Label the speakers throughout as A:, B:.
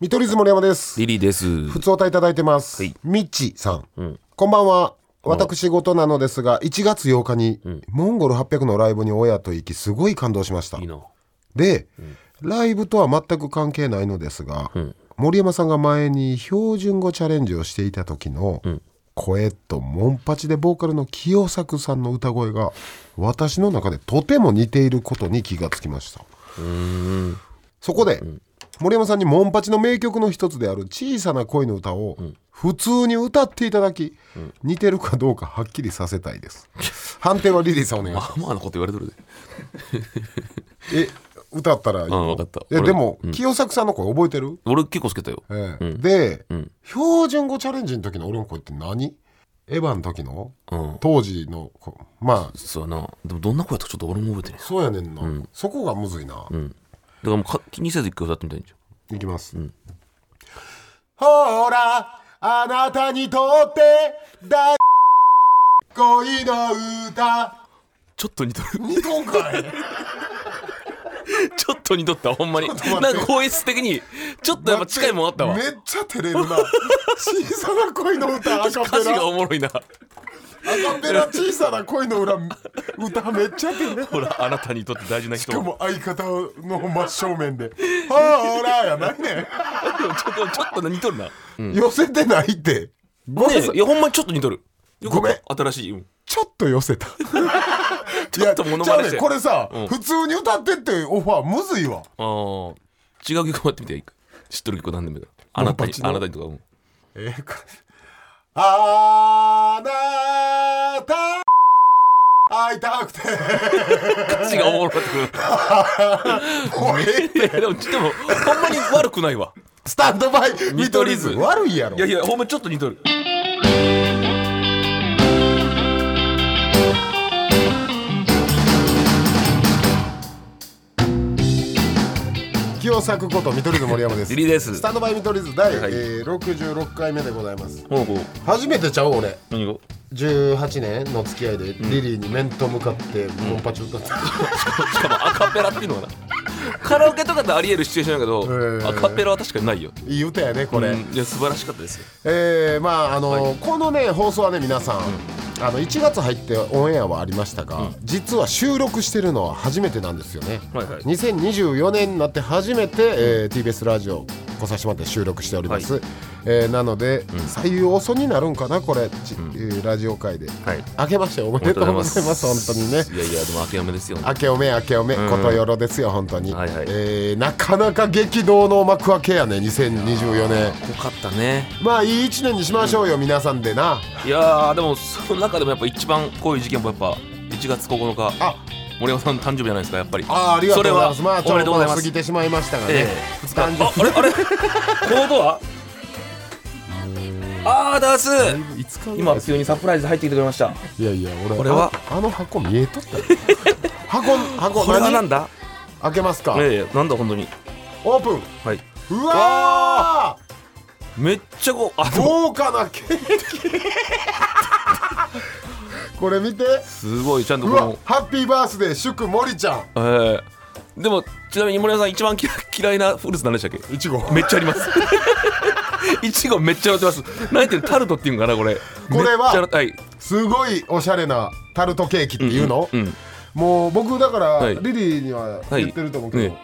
A: 見取り図森山です。
B: リリーです。
A: 普通おたいただいてます。
B: はい
A: みっちさん,、こんばんは。私事なのですが、1月8日に、モンゴル800のライブに親と行き、すごい感動しました
B: いい。な。
A: で、ライブとは全く関係ないのですが、森山さんが前に標準語チャレンジをしていた時の、声とモンパチでボーカルの清作さんの歌声が私の中でとても似ていることに気がつきましたそこで、森山さんにモンパチの名曲の一つである「小さな恋の歌」を普通に歌っていただき、似てるかどうかはっきりさせたいです判定はリリーさんお願いします
B: まあまあなこと言われとるで。
A: え歌ったらいいの
B: うんわかった
A: え
B: 俺
A: でも、清作さんの声覚えてる、
B: 俺結構好きだよ。
A: ええで、標準語チャレンジの時の俺の声って何エヴァの時の、
B: うん
A: 当時の声まあ
B: そうやな。でもどんな子やったかちょっと俺も覚えてない。
A: そうやねんな、そこがむずいな、
B: だからもうか気にせず一回歌ってみたいんじ
A: いきます、ほらあなたにとってだ恋の歌
B: ゃん。ちょっと似とる。
A: 似とんかい
B: ちょっと似とった、ほんまに。
A: と待って
B: なんか声質的に、ちょっとやっぱ近いもんあったわ。
A: めっちゃ照れる な小さな恋の歌アカ
B: 歌
A: ペ
B: 詞
A: ラ
B: がおもろいな。
A: アカペラ小さな恋の裏歌めっちゃ出る
B: ほら、あなたにとって大事な
A: し
B: 人。
A: か
B: ちょっ
A: も相方の真正面で 「ほら」やないね
B: と、ちょっと似とるな。
A: ん寄せてないってごめんな
B: ね
A: さ
B: え、
A: い
B: いや、ほんまにちょっと似とる。よか
A: ごめん
B: った新しい。うん
A: ちょっと寄せ たち
B: ょっとモノマネして
A: これさ
B: うん
A: 普通に歌ってってオファーむずいわ
B: ああ。違う曲もやってみて一回。知っとる曲何でもいいから。あなたに
A: モンパチ、の
B: あなたにとか。うん
A: ええかあなた会いたくて
B: 歌詞がおもろかってくる。
A: もうええ
B: いやでもでもほんまに悪くないわ
A: スタンドバイ見取り図
B: 見取り図
A: 悪いやろ
B: いやいやほんまちょっと似とる
A: 清作こと見取り図森山です
B: リリーです
A: スタンドバイ見取り図第、
B: はい
A: えー66回目でございます
B: ほうほう
A: 初めてちゃう俺
B: 何が
A: 18年の付き合いでリリーに面と向かってモンパチ歌った、
B: しかもアカペラっていうのはなカラオケとかでありえるシチュエーションだけど、
A: えー
B: アカペラは確かにないよ
A: いい歌やねこれ、
B: うんいや素晴らしかったですよ
A: えーまああのこのね放送はね皆さん、あの1月入ってオンエアはありましたが、実は収録してるのは初めてなんですよね、
B: はいはい
A: 2024年になって初めて、えー TBS ラジオ来させてもらって収録しております、えーなので、最遅になるんかなこれ、ちえーラジオ界で、
B: はい
A: 明けましておめでとうございます本当にね
B: いやいやでも諦めですよね
A: 明けおめ明けおめことよろですよ本当に、
B: はいはい
A: えーなかなか激動の幕開けやね2024年
B: 濃かったね
A: まあいい一年にしましょうよ、皆さんでない
B: やーでもその中でもやっぱ一番こういう事件もやっぱ1月9日
A: あ
B: 森山さんの誕生日じゃないですかやっぱり
A: あーありがとうございます
B: それは
A: まあち
B: お
A: ょ
B: め
A: っ
B: でとうござい
A: と
B: ま
A: 過
B: す
A: ぎてしまいましたがね、
B: ええ
A: 誕
B: ああれあれコードはああダース
A: 生日いつか
B: 今急にサプライズ入ってきてくれました
A: いやいや俺
B: これは
A: ああの箱見えと ったよ箱箱
B: これは
A: 何
B: なんだ
A: 開けますか、
B: いやいやなんだ本当に
A: オープン
B: はいう
A: わ
B: めっちゃこうあ
A: ー豪華なケ ーキこれ見て
B: すごいちゃんと
A: う
B: こ
A: わ
B: の
A: ハッピーバースデー祝森ちゃん
B: えーでもちなみに森山さん一番嫌 嫌いなフルーツ何でしたっけ
A: いちご
B: めっちゃあります いちごめっちゃ乗ってます何ていうのタルトっていうんかなこれ
A: これは
B: めっちゃはい
A: すごいおしゃれなタルトケーキっていうの、
B: うん
A: もう僕だから、
B: はい
A: リリーには言ってると思うけど、
B: はいね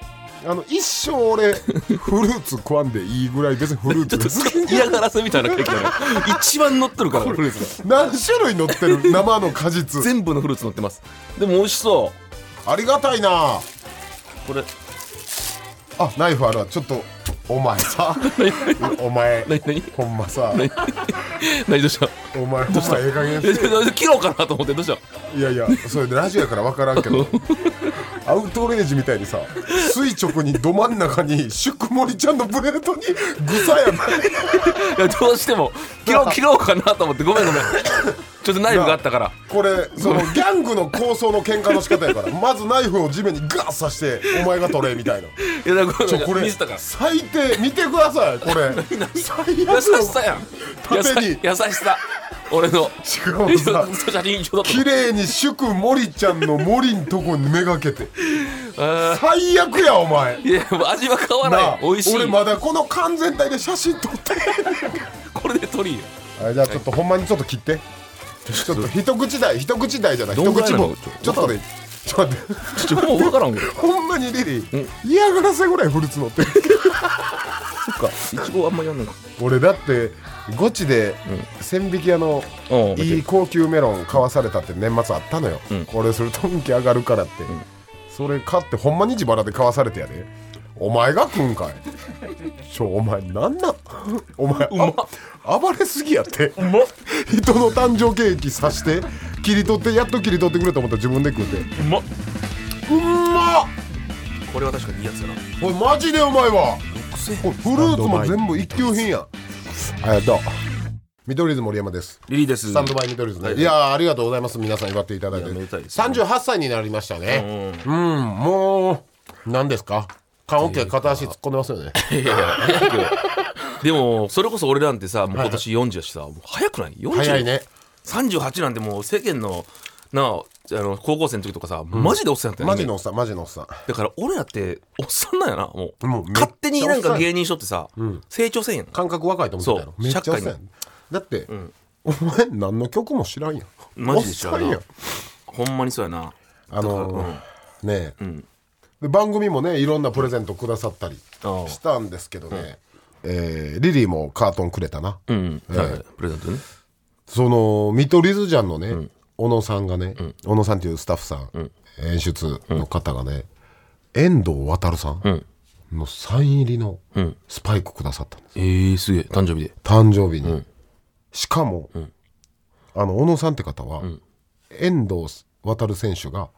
A: あの一生俺フルーツ食わんでいいぐらい別にフルー
B: ちょっ と
A: ツ好き
B: 嫌がらせみたいなケーキだ ね一番乗ってるからフルーツが
A: 何種類乗ってる生の果実
B: 全部のフルーツ乗ってますでも美味しそ
A: ありがたいな
B: うこれ
A: あナイフあるわちょっとお前 さお前
B: 何何
A: ほんまさ
B: 何どう した
A: お前ほんまええ加減して
B: え切ろうかなと思ってどうした
A: いやいやそれでラジオやから分からんけ どアウトレイジみたいにさ垂直にど真ん中に宿森ちゃんのプレートにぐさやない
B: いやどうしても切ろう切ろうかなと思ってごめんごめんちょっとナイフがあったから
A: これそのギャングの構想の喧嘩の仕方やからまずナイフを地面にガッ刺してお前が取れみたいない
B: やだから
A: ちょこれ
B: 見せたから
A: 最低見てくださいこれ最悪
B: 優しさやん優
A: 縦に
B: し優しさ俺の
A: 違うさ
B: 写真上だった
A: 綺麗に祝森ちゃんの森んとこにめがけて最悪やお前
B: いやもう味は変わら
A: な
B: ない美味しい
A: 俺まだこの完全体で写真撮って
B: これで取りよ
A: はいじゃあちょっとほんまにちょっと切ってちょっと一口大一口大じゃない
B: ど
A: 一
B: んぐらい
A: 口
B: なの
A: 分ちょっとねちょっと待って
B: ちょもう分からんけど
A: ほんまにリリー嫌がらせぐらいフルーツ乗ってる
B: いちごあんまやんないか
A: 俺だってゴチで千匹屋の
B: うん
A: いい高級メロン買わされたって年末あったのよ、
B: ん
A: これすると運気上がるからって、それ買ってほんまに自腹で買わされてやでお前が食うんかいちょお前なんなんお前あ暴れすぎやって
B: うまっ
A: 人の誕生ケーキ刺して切り取ってやっと切り取ってくれと思ったら自分で食うて
B: うまっ
A: うまっ
B: これは確かにいいやつやな
A: おいマジでうまいわ
B: 癖
A: これフルーツも全部一級品やんありがとう見取り図森山です
B: リリーです
A: スタンドバイ見取り図ね、
B: はいい
A: やーありがとうございます皆さん祝っていただいて
B: いやめでたいです
A: 38歳になりましたねうん、もう何ですか缶オケ片足突っ込んでますよね
B: いやいや早くでもそれこそ俺なんてさもう今年40だしさもう早くない40
A: 早いね
B: 38なんてもう世間のなああの高校生の時とかさマジでおっさんやったよね
A: マジのおっさんマジのおっさん
B: だから俺らっておっさんなんやなもう
A: もうめっちゃ
B: 勝手になんか芸人しとってさ、成長せんやん
A: 感覚若いと思ってたよ
B: そう
A: めっちゃおっさんや
B: 社会
A: だって、お前何の曲も知らんやん
B: マジで知ら
A: お
B: んな
A: っさんやん
B: ほんまにそうやな
A: あのーねえ、
B: ん
A: で番組もねいろんなプレゼントくださったり
B: ああ
A: したんですけどね、えーリリーもカートンくれたな、
B: うん、はいはいプレゼントね
A: その見取り図じゃんのね、小野さんがね、小野さんっていうスタッフさん、演出の方がね、遠藤航さんのサイン入りのスパイクくださったんです
B: えー、すげえ誕生日で
A: 誕生日に、しかも、あの小野さんって方は、遠藤航選手が、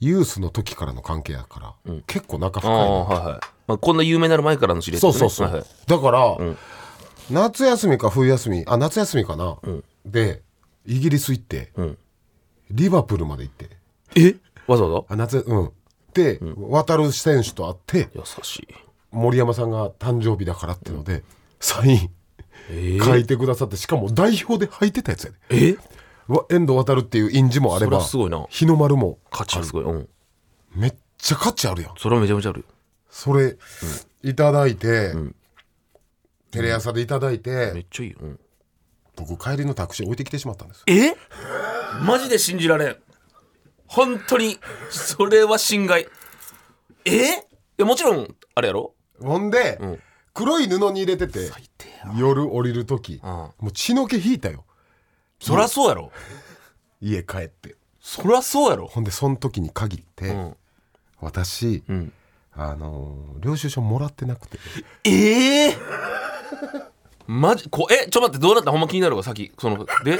A: ユースの時からの関係やから、結構仲深
B: あ
A: い
B: あ
A: の
B: はいはい、まあ、こんな有名になる前からの知り合い
A: そうそうそう、
B: はいはい
A: だから、夏休みか冬休みあ夏休みかな、でイギリス行って、リバプールまで行って
B: えわざわざ
A: あ夏うんで、渡る選手と会って
B: 優しい
A: 森山さんが誕生日だからってので、サイン
B: えー、
A: 書いてくださってしかも代表で履いてたやつやで、
B: えー、
A: わ遠藤航っていう印字もあれ
B: それ
A: ば
B: はすごいな
A: 日の丸も
B: 価値あるすごいうん
A: めっちゃ価値あるやん
B: それはめちゃめちゃある
A: それ、いただいて、テレ朝でいただいて、
B: めっちゃいいよ、うん、
A: 僕帰りのタクシー置いてきてしまったんです
B: えマジで信じられん本当にそれは侵害えいやもちろんあれやろ
A: ほんで、
B: ん
A: 黒い布に入れてて夜降りる時、
B: ん
A: もう血の気引いたよ
B: そりゃそうやろ
A: 家帰って
B: そりゃそうやろ
A: ほんでその時に限って、
B: ん
A: 私、
B: ん
A: あのー領収書もらってなくて
B: ええマジこえちょっと待ってどうなったほんま気になるわ先そので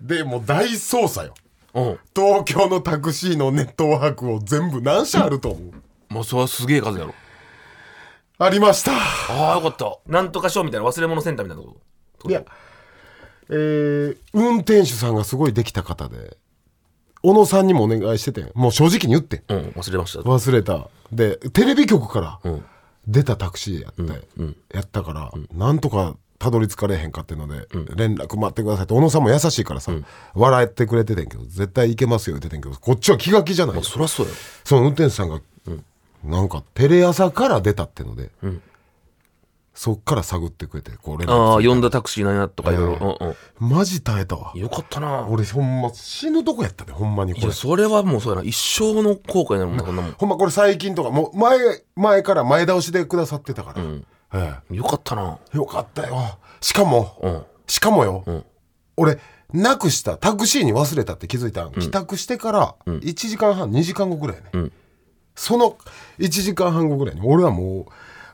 A: でもう大捜査よ
B: うん
A: 東京のタクシーのネットワークを全部何社あると思う、
B: まあそれはすげえ数やろ
A: ありました
B: ああよかったなんとかしようみたいな忘れ物センターみたいなこと
A: いやえー運転手さんがすごいできた方で小野さんにもお願いしててもう正直に言ってん
B: うん忘れました
A: 忘れたでテレビ局から
B: ん
A: 出たタクシーやって、やったから、なんとかたどり着かれへんかってので、連絡待ってくださいって小野さんも優しいからさ、笑ってくれててんけど絶対行けますよ言っててんけどこっちは気が気じゃない
B: そりゃそうやろ
A: その運転手さんが、なんかテレ朝から出たってので、そっから探ってくれてこう連
B: ああ
A: 絡つい
B: 呼んだタクシーなんやとかいろいろうん
A: てマジ耐えたわ
B: うんよかったな
A: 俺ほんま死ぬとこやったでほんまにこ
B: い
A: れ
B: やそれはもうそうやな一生の後悔になるもんなこんなもん
A: ほんまこれ最近とかもう前前から前倒しでくださってたから、ええ
B: よかったな。
A: よかったよ。しかも、
B: ん
A: しかもよ、俺、なくした、タクシーに忘れたって気づいたん、帰宅してから、1時間半、2時間後ぐらいやね。その1時間半後ぐらいに、俺はも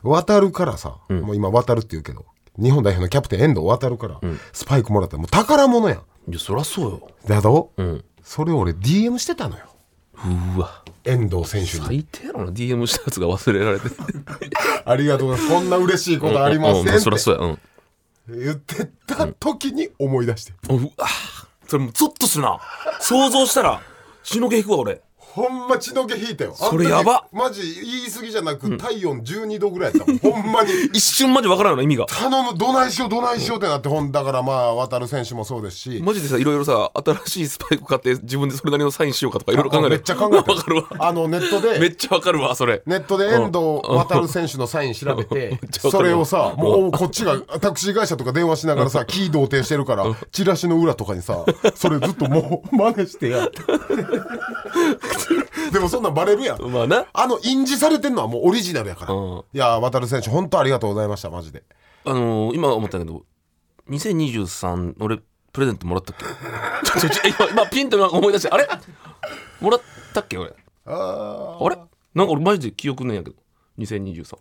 A: う、渡るからさ、もう今渡るって言うけど、日本代表のキャプテン遠藤渡るから、スパイクもらったらもう宝物やん。
B: いや、そりゃそうよ。
A: だろ、
B: ん
A: それを俺 DM してたのよ。
B: うわ。
A: 遠藤選手に。
B: 最低やろな、DM したやつが忘れられて。
A: ありがとうございます。こんな嬉しいことありません
B: う
A: っ
B: うそりゃ
A: て
B: そうや。うん。
A: 言ってた時に思い出して。
B: うわ。それもうゾッとするな想像したら血の毛引くわ俺
A: ほんま血の毛引いたよ
B: それやば
A: あん時マジ言い過ぎじゃなく体温12度ぐらいやったもん、ほんまに
B: 一瞬マジわからんの意味が
A: 頼むどないしようどないしようってなってほんだからまあ渡る選手もそうですし
B: マジでさいろいろさ新しいスパイク買って自分でそれなりのサインしようかとかいろいろ考える
A: めっちゃ考えて
B: わかるわ
A: あのネットで
B: めっちゃわかるわそれ
A: ネットで遠藤航選手のサイン調べて
B: ちゃわかるわ
A: それをさもうこっちがタクシー会社とか電話しながらさキー同定してるからチラシの裏とかにさそれずっともう真似して やってでもそんなんバレるやん
B: まあな
A: あの印字されてんのはもうオリジナルやから、
B: うん
A: いや渡る選手本当ありがとうございましたマジで
B: あのー、今思ったけど2023俺プレゼントもらったっけ ちょちょ今今ピンとなんか思い出してあれもらったっけ俺
A: あ
B: あれなんか俺マジで記憶ねえんやけど2023
A: ー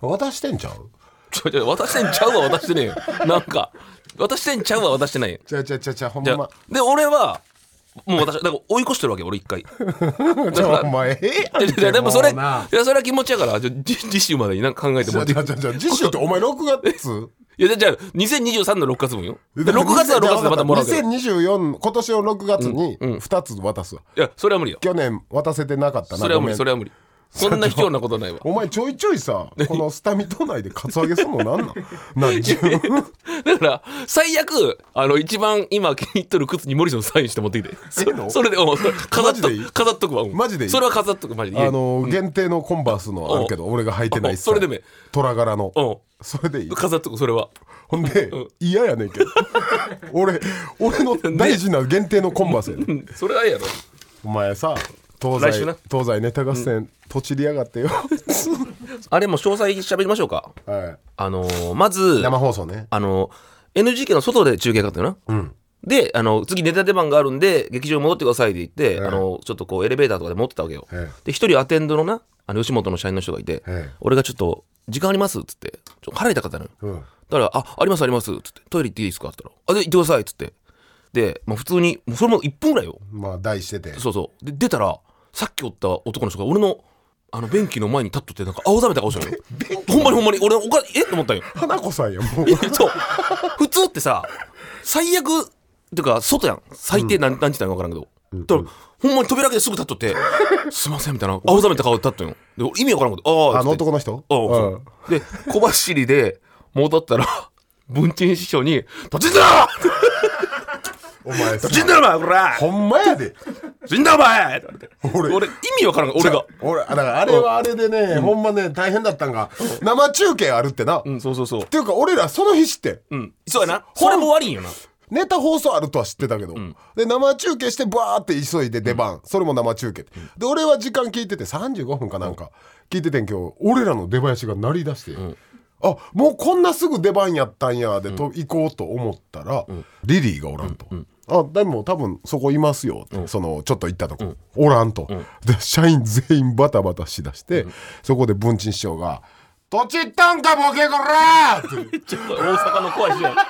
A: 渡してんちゃう
B: ちょちょ渡してんちゃうわ渡してねえよなんか渡してんちゃうわ渡してないよ
A: ちゃうちゃうちゃうちゃうほん
B: じゃあ、
A: ま
B: で俺はもう私だから追い越してるわけ俺一 回
A: じゃあお前ええやんけ
B: いやいやでもそれい
A: な
B: やそれは気持ちやからじゃ次次週までになんか考えて
A: じ
B: も
A: ゃ
B: ら
A: あ
B: っ
A: じ
B: て
A: ゃあじゃあじゃあ次週ってお前6月
B: いやじゃあ2023の6月分よで6月は6月でまたもらうけどい
A: 2024今年の6月に2つ渡すわ、
B: やそれは無理よ
A: 去年渡せてなかったな
B: それは
A: ご
B: 無
A: め
B: 理
A: ん
B: それは無理そんな卑怯なことないわ
A: お前ちょいちょい さこのスタミト内でカツアゲするのなんなん何自分
B: だから最悪あの一番今気に入っとる靴にモリソンサインして持ってきてそ
A: ええの
B: それでおうそれ飾
A: マ
B: っ
A: ジ
B: と
A: でいい
B: 飾っとくわうん
A: マジでいい
B: それは飾っとくマジで
A: あ
B: 家に
A: の限定のコンバースのあるけど俺が履いてないっす
B: それでもいい
A: 虎柄の
B: うん
A: それでいい
B: 飾っとくそれは
A: ほんで嫌やねんけど俺俺の大事な限定のコンバースやねん
B: うんそれはええやろ
A: お前さ東
B: 来週
A: 西
B: な
A: 東西ネタ合戦とちりやがって よ
B: あれも詳細喋りましょうか
A: はい
B: あのーまず
A: 生放送ね
B: あの NGK の外で中継があったよな、であの次ネタ出番があるんで劇場に戻ってくださいって言って、あのちょっとこうエレベーターとかで持ってたわけよ、
A: ええ
B: で一人アテンドのなあの吉本の社員の人がいて、
A: ええ
B: 俺がちょっと「時間あります?」っつって「ちょ腹痛かったのよ」
A: うん
B: だから「あありますあります」っつって「トイレ行っていいですか?」って言ったら「あで行ってください」っつってで、まあ、普通にもうそれも1分ぐらいよ
A: まあ題してて
B: そうそうで出たらさっきおった男の人が俺のあの便器の前に立っとってなんか青ざめた顔して るよほんまにほんまに俺おかえっと思ったんよ
A: 花子さんやもう
B: いや そう普通ってさ最悪っていうか外やん最低何,、ん、何時間か分からんけど、だからほんまに扉開けてすぐ立っとって「すいません」みたいな青ざめた顔で立っとんよで俺意味分からんこと「ああ」
A: あの
B: っつって
A: 男の人
B: あー
A: うん
B: そうで小走りで戻ったら文鎮師匠に「立ちんだ
A: お前さ
B: 立ちんだお前こら
A: ほんまやで
B: 死んだお前!」って言われて
A: 俺
B: 俺意味分からん俺が
A: 俺だからあれはあれでねほんまね大変だったんが生中継あるってなっ
B: うんそうそうそう
A: ていうか俺らその日知ってん
B: うんそうやなこれも悪い んよな
A: ネタ放送あるとは知ってたけどで生中継してバーって急いで出番それも生中継で俺は時間聞いてて35分かなんか聞いててんけど俺らの出囃子が鳴り出してあもうこんなすぐ出番やったんやでと行こうと思ったらリリーがおらんと。あでも多分そこいますよって、そのちょっと行ったとこ、おらんと、で社員全員バタバタしだして、そこで文鎮師匠が「土地ったんかボケこら!」って
B: ちょっと大阪の怖い人やな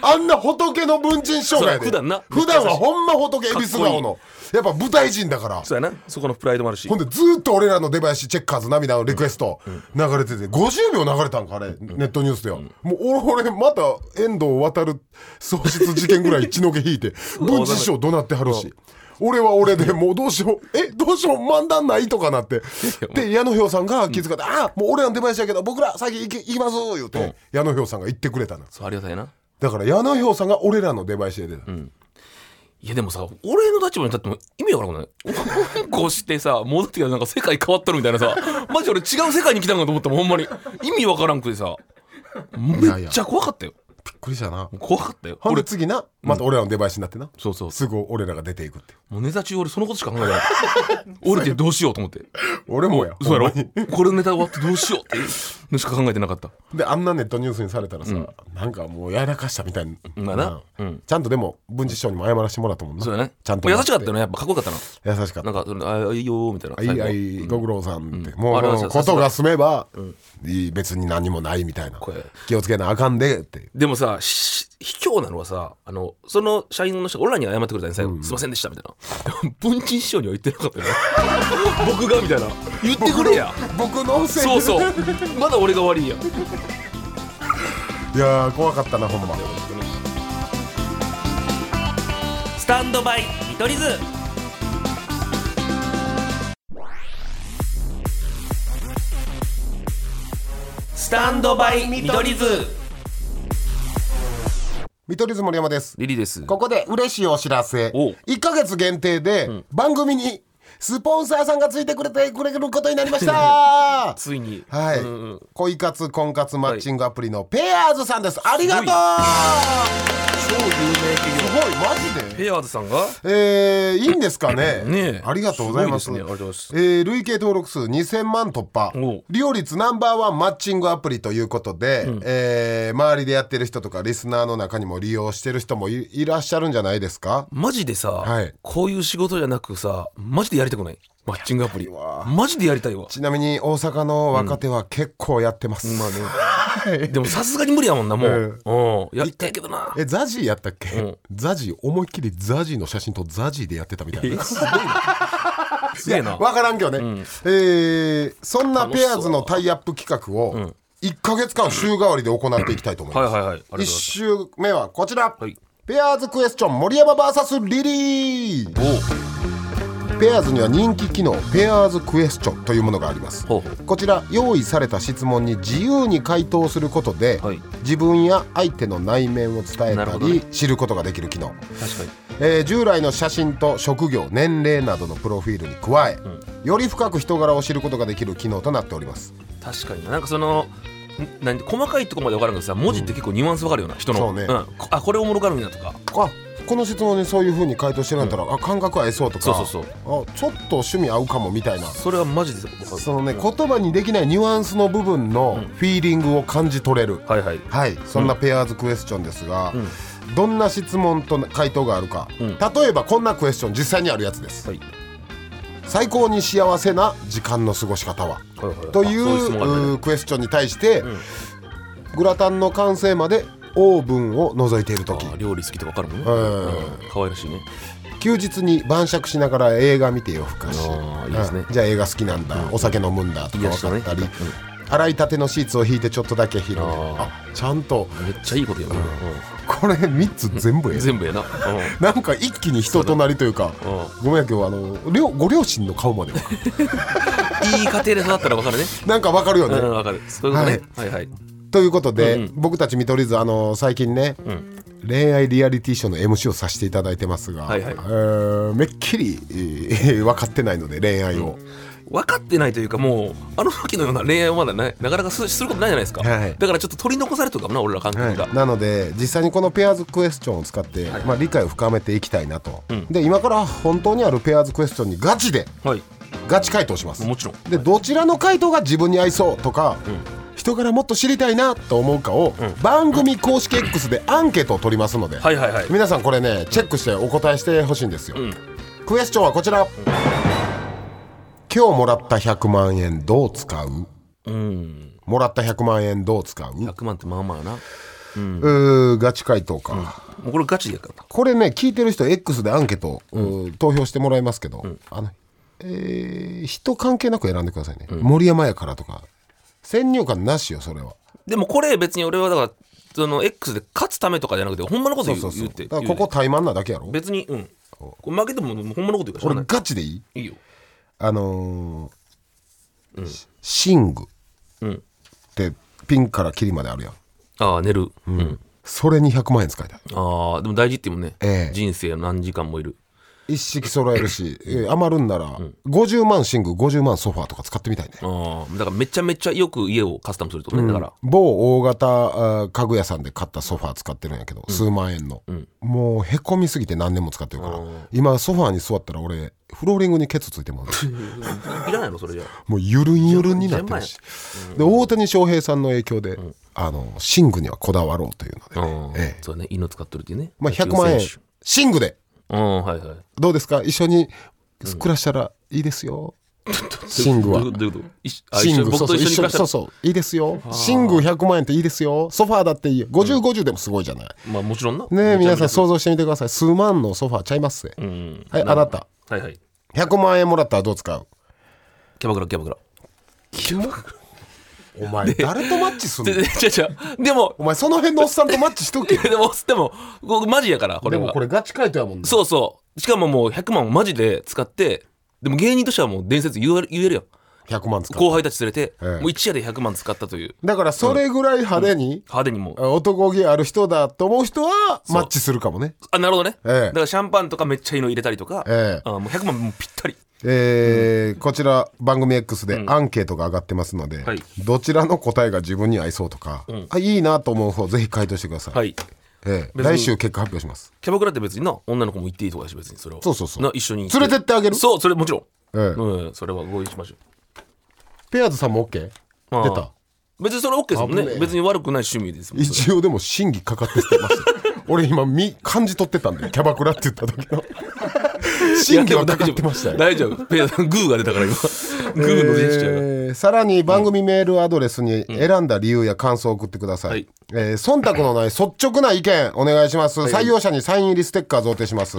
A: あんな仏の文鎮師匠がやで
B: そう普段な
A: 普段はほんま仏恵比寿顔のやっぱ舞台人だから
B: そうやなそこのプライドもあるし
A: ほんでずーっと俺らの出囃子チェッカーズ涙のリクエスト流れてて50秒流れたんかあれネットニュースではもう俺俺また遠藤渡る喪失事件ぐらい血の毛引 いて文治師匠怒鳴ってはるし俺は俺でもうどうしようえどうしよう漫談ないとかなってで矢野兵さんが気遣って「ああもう俺らの出囃子やけど僕ら先行き行きます」言うて矢野兵さんが言ってくれたの
B: そうありがたいな
A: だから矢野兵さんが俺らの出囃子で出た
B: いやでもさ俺の立場に立っても意味わからんことない うんこしてさ戻ってきたらなんか世界変わったるみたいなさマジ俺違う世界に来たんかと思ったもんほんまに意味わからんくてさ
A: や
B: めっちゃ怖かったよ
A: びっくりしたな
B: 怖かったよ
A: ほん
B: 俺
A: で次なまた俺らの出囃子になってな
B: そうそう
A: すぐ俺らが出ていくって
B: もうネタ中俺そのことしか考えてない俺ってどうしよう と思って
A: 俺もや
B: そうやろ
A: ほんまに
B: これのネタ終わってどうしようっていうのしか考えてなかった
A: であんなネットニュースにされたらさ、なんかもうやらかしたみたいな、
B: まあなうん
A: ちゃんとでも文治師匠にも謝らせてもらったもんな
B: そうだね
A: ちゃんと
B: 優しかったよねやっぱかっこよかったな
A: 優しかっ
B: な
A: た
B: んかそのあいいよーみたいな
A: あいいあ
B: 最後
A: いいご苦労さんって、も
B: あ
A: う
B: れは
A: こ
B: さ
A: のこ
B: さす
A: と
B: が
A: が済めば、いい別に何もないみたいな
B: これ
A: 気をつけなあかんでって
B: でもさし卑怯なのはさあのその社員の人が俺らに謝ってくれたんですよ、すいませんでしたみたいな 文鎮師匠には言ってなかったよな 僕がみたいな言ってくれや
A: 僕の せい
B: そうそうまだ俺が悪いやん
A: いやー怖かったなほんま
B: タンドバイ見取り図スタンドバイ見取り図
A: 見取り図森山です
B: リリーです
A: ここで嬉しいお知らせ
B: おう
A: 1ヶ月限定で番組にスポンサーさんがついてくれてくれることになり ましたは
B: ついに
A: い、恋活婚活マッチングアプリのペアーズさんですありがとう
B: すごい超有名
A: す
B: 企業
A: ごいマジで
B: ペアーズさんが
A: えー、いいんですかね
B: ねえ
A: ありがとうございます
B: すごいですねありがとうございます
A: えー累計登録数2000万突破
B: おう
A: 利用率ナンバーワンマッチングアプリということで、えー周りでやってる人とかリスナーの中にも利用してる人もいいらっしゃるんじゃないですか
B: マジでさ、
A: はい
B: こういう仕事じゃなくさマジでやりたくないマッチングアプリマジでやりたいわ
A: ちなみに大阪の若手は結構やってます、
B: まあねでもさすがに無理やもんなもう、うん、やりたいけどな
A: えザジーやったっけ、
B: ん
A: ザジー思いっきりザジーの写真とザジーでやってたみたいな
B: えすごいなすげえな
A: わからんけどね、えーそんなペアーズのタイアップ企画を1か月間週替わりで行っていきたいと思います、
B: はいはいはいありがとうございます
A: 1週目はこちら、
B: はい
A: ペアーズクエスチョン森山 VS リリーペアーズには人気機能ペアーズクエスチョンというものがあります
B: ほうほう
A: こちら用意された質問に自由に回答することで、
B: はい
A: 自分や相手の内面を伝え
B: な
A: た
B: るほど
A: り、
B: ね
A: 知ることができる機能
B: 確かに
A: えー従来の写真と職業年齢などのプロフィールに加え、より深く人柄を知ることができる機能となっております
B: 確かにななんかそのんなん細かいとこまで分からんけどさ文字って結構ニュアンス分かるよな人の
A: そうね
B: んこあこれおもろがるんやとか
A: あこの質問にそういうふうに回答してるんだったら、あ感覚合いそうとか
B: そうそうそう
A: あちょっと趣味合うかもみたいな
B: それはマジで分かる
A: そのね言葉にできないニュアンスの部分のフィーリングを感じ取れる、
B: はいはい
A: はいそんなペアーズクエスチョンですが、どんな質問と回答があるか、
B: ん
A: 例えばこんなクエスチョン実際にあるやつです
B: はい
A: 最高に幸せな時間の過ごし方は
B: はいはい
A: という
B: あそう質問があるね
A: うークエスチョンに対して、グラタンの完成までオーブンを覗いている時
B: あ料理好きって分かるもんね
A: ん
B: うん可愛らしいね
A: 休日に晩酌しながら映画見て夜更かし
B: あーいいですね
A: うんじゃあ映画好きなんだ、お酒飲むんだとか
B: 癒しとね
A: 分かったり、洗いたてのシーツを引いてちょっとだけ広げるあ
B: あ
A: ちゃんと
B: めっちゃいいことやな
A: これ3つ全部え
B: うん
A: え
B: 全部やなうん
A: なんか一気に人となりというか
B: そうだね
A: ごめんやけどあの両ご両親の顔 までわかる
B: いい家庭で育ったら分かるね
A: なんかわかる よね、
B: うん分かるそういうことねはいはい
A: ということで、僕たち見取り図あの最近ね、恋愛リアリティショーの MC をさせていただいてますが、
B: はいはい
A: えーめっきり、えー分かってないので恋愛を、
B: 分かってないというかもうあの時のような恋愛をまだねなかなかすすることないじゃないですか
A: はい
B: だからちょっと取り残されてるかもな俺ら感覚が
A: なので実際にこのペアーズクエスチョンを使って、まあ、理解を深めていきたいなと、で今から本当にあるペアーズクエスチョンにガチで
B: はい
A: ガチ回答します
B: もちろん
A: でどちらの回答が自分に合いそうとか、人からもっと知りたいなと思うかを、番組公式 X でアンケートを取りますので、
B: はいはいはい
A: 皆さんこれねチェックしてお答えしてほしいんですよ、クエスチョンはこちら、今日もらった100万円どう使う
B: うん
A: もらった100万円どう使う、
B: 100万ってまあまあな
A: うーガチ回答か、
B: もうこれガチでやから
A: これね聞いてる人 X でアンケート、うー投票してもらいますけど、あのえー人関係なく選んでくださいね、森山やからとか先入観なしよそれは
B: でもこれ別に俺はだからその X で勝つためとかじゃなくてほんまのこと
A: そう
B: 言う
A: そうそう
B: 言って
A: だから
B: 言
A: ここ
B: う
A: 怠慢なだけやろ
B: 別にうんこれ負けてももうほんまのこと言うからしょう
A: 俺
B: がな
A: ガチでいい
B: いいいよ
A: あのーシシング
B: うん
A: ってピンからキリまであるやん
B: ああ寝るうん
A: それに100万円使いたい
B: ああでも大事って言うもんね
A: ええ
B: 人生何時間もいる
A: 一式揃えるし、えー余るんなら50万シング50万ソファーとか使ってみたいね
B: ああだからめちゃめちゃよく家をカスタムするってことねだから
A: 某大型あー家具屋さんで買ったソファー使ってるんやけど、数万円の、もうへこみすぎて何年も使ってるから、今ソファーに座ったら俺フローリングにケツついてもらう
B: いらないのそれじゃあ
A: もうゆるんゆるんになってるし、で大谷翔平さんの影響で、あのシングにはこだわろうというので、
B: うん
A: ええ
B: そうね犬使ってるっていうね
A: まあ、100万円
B: 野球選
A: シングで
B: 手うんはいはい
A: どうですか一緒に暮らしたらいいです よ、シングは
B: どういうことどういうこと一緒あ
A: シン
B: 一緒
A: グ
B: に
A: そ
B: 僕
A: うそ
B: と
A: う
B: 一
A: 一緒に
B: 緒に暮らした
A: そうそういいですよシング100万円っていいですよソファーだっていい5050でもすごいじゃない
B: らまあもちろんな
A: ねえ
B: めちゃ
A: 皆
B: めち
A: さ
B: ゃ
A: ん想像してみてください数万のソファーちゃいますぜ、
B: うん
A: はいあなた
B: はいはい
A: 100万円もらったらどう使う
B: キャバクラキャバクラ
A: お前誰とマッチすん
B: で
A: の
B: でちゃちゃ でも
A: お前その辺のおっさんとマッチしとけ よ
B: でもでも僕マジやからこれ
A: で
B: は
A: もこれガチ回答やもんね
B: そうそうしかももう100万をマジで使ってでも芸人としてはもう伝説言える言えるやん
A: 100万使う
B: 後輩たち連れて、
A: ええ
B: もう一夜で100万使ったという
A: だからそれぐらい派手に、
B: 派手にもう
A: 男気ある人だと思う人は
B: う
A: マッチするかもね
B: あなるほどね、
A: ええ
B: だからシャンパンとかめっちゃいいの入れたりとか、
A: ええ
B: あもう100万もうぴったり
A: えーこちら番組 X でアンケートが上がってますので、
B: はい
A: どちらの答えが自分に合いそうとか、あいいなと思う方ぜひ回答してください、
B: はい
A: ええ
B: 別
A: 来
B: に
A: 週結果発表します
B: キャバクラって別にな女の子も行っていいとかだし別にそれは
A: そうそうそう
B: な一緒に
A: 連れてってあげる
B: そうそれもちろん、
A: ええ
B: うん、それは合意しましょ
A: ペアーズさんも OK?
B: う
A: 出た
B: た別にそれ OK ですもんね
A: 危ねえ
B: 別に悪くない趣味ですもんそれ
A: 一応でも審議かかってきてます 俺今み感じ取ってたんでキャバクラって言った時 の審議はかかってましたよ
B: 大 丈夫ペアさんグーが出たから今グーのジェスチャーが、
A: えーさらに番組メールアドレスに選んだ理由や感想を送ってください、
B: はい
A: えー忖度のない率直な意見お願いします、採用者にサイン入りステッカー贈呈します、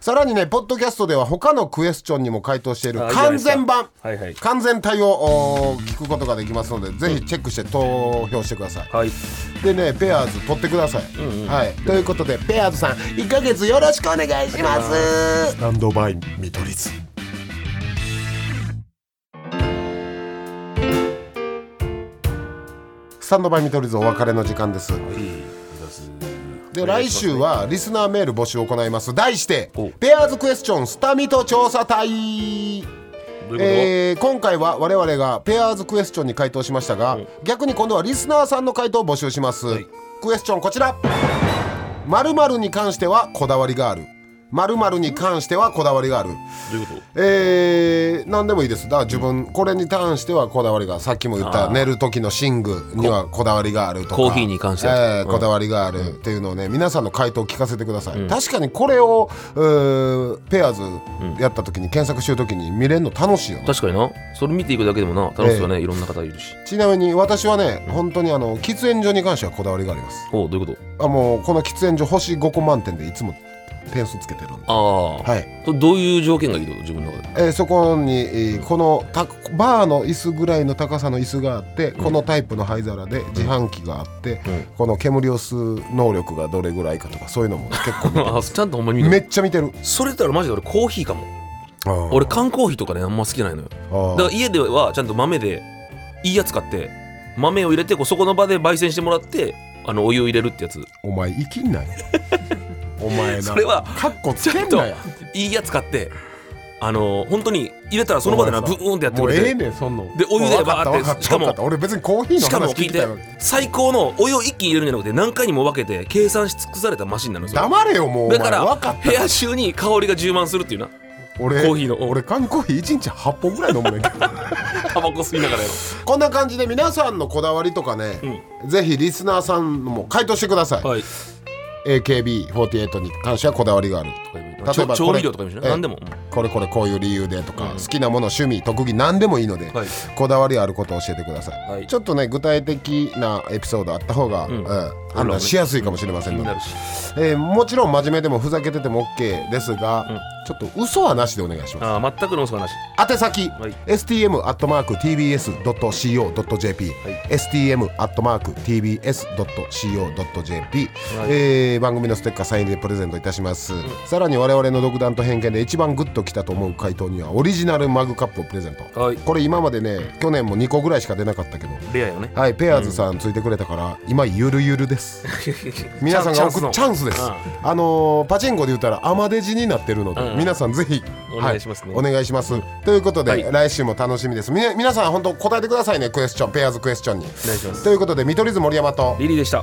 A: さらにねポッドキャストでは他のクエスチョンにも回答している
B: あいいじゃない
A: 完
B: ですか
A: 全版
B: はいはい
A: 完全対応を聞くことができますのでぜひチェックして投票してください、
B: はい
A: でねペアーズ取ってください、はい、ということでペアーズさん1ヶ月よろしくお願いしますスタンドバイ見取り図スタンドバイ見取り図お別れの時間ですで来週はリスナーメール募集を行います題して
B: お
A: 「ペアーズクエスチョンスタミト調査隊」
B: どういうこと、
A: えー今回は我々がペアーズクエスチョンに回答しましたが、逆に今度はリスナーさんの回答を募集します、
B: い
A: クエスチョンこちら〇〇に関してはこだわりがある〇〇に関してはこだわりがある
B: どういうこと
A: えー、何でもいいですだから自分これに関してはこだわりがさっきも言った寝る時の寝具にはこだわりがあるとか
B: コーヒーに関しては
A: えーこだわりがあるっていうのをね皆さんの回答を聞かせてください、確かにこれをうーペアーズやった時に検索してる時に見れるの楽しいよね
B: 確かになそれ見ていくだけでもな楽しそうね、いろんな方いるし
A: ちなみに私はね本当にあの喫煙所に関してはこだわりがあります
B: おうどういうこ
A: あもうこの喫煙所星5個満点でいつも点数つけてるんで
B: とああ、
A: はい
B: とどういう条件がいいってこと自分の中で
A: えーそこに、えーこのたバーの椅子ぐらいの高さの椅子があって、このタイプの灰皿で自販機があって、
B: うん
A: この煙を吸う能力がどれぐらいかとかそういうのも結構
B: あちゃんとほんまに見
A: め
B: る
A: っちゃ見てる
B: それだったらマジで俺コーヒーかも
A: 俺
B: 俺缶コーヒーとかねあんま好きじゃないのよだから家ではちゃんと豆でいいやつ買って豆を入れてこうそこの場で焙煎してもらってあのお湯を入れるってやつ
A: お前生きん なよお前な
B: それは
A: カッコつけんなよ
B: いいやつ買ってあの本当に入れたらその場でな
A: お
B: ブ
A: 前さ
B: ーンってやって
A: もう
B: くれ
A: ええ
B: て
A: ねんそんなん
B: でお湯で
A: もう分かった
B: バーって
A: 分かった
B: しかも
A: 分った俺別にコーヒーの
B: しかも
A: 話聞
B: 聞
A: き
B: い
A: た
B: て
A: いわけ
B: 最高のお湯を一気に入れるんじゃなくて何回にも分けて計算し尽くされたマシンなのよそれ
A: 黙れよもうお前
B: だから
A: 分かっ
B: 部屋中に香りが充満するっていうな
A: た俺
B: コーヒーの
A: 俺缶コーヒー1日8本ぐらい飲むねんけど
B: タバコ吸いながらやろ
A: こんな感じで皆さんのこだわりとかね、ぜひリスナーさんも回答してください、
B: うはい
A: AKB48 に関してはこだわりがある例えばこ
B: 調調
A: れ
B: 味料とかにもし
A: え
B: ね何でも
A: これこれこういう理由でとか、好きなもの趣味特技何でもいいので、
B: はい
A: こだわりあることを教えてください、
B: はい
A: ちょっとね具体的なエピソードあった方が、うん判断しやすいかもしれませ
B: 気
A: んの
B: に
A: で
B: な、るし
A: えーもちろん真面目でもふざけてても OK ですが、ちょっと嘘はなしでお願いします
B: あー全くの嘘話
A: 宛先、
B: はい
A: stm.tbs.co.jp、stm.tbs.co.jp、えー番組のステッカーサイン入りでプレゼントいたします、さらに我々の独断と偏見で一番グッときたと思う回答にはオリジナルマグカップをプレゼント、
B: はい
A: これ今までね去年も2個ぐらいしか出なかったけど
B: レアよね
A: はいペアーズさんついてくれたから、今ゆるゆるです皆さんが送るチャンスです、
B: うん
A: あのーパチンコで言ったらアマデジになってるので、
B: うん
A: 皆さんぜひ
B: お願いしますね
A: はい、お願いします、ということで、
B: はい
A: 来週も楽しみですみ皆さん本当答えてくださいねクエスチョンペアーズクエスチョンに
B: お願いします
A: ということで見取り図森山と
B: リリーでした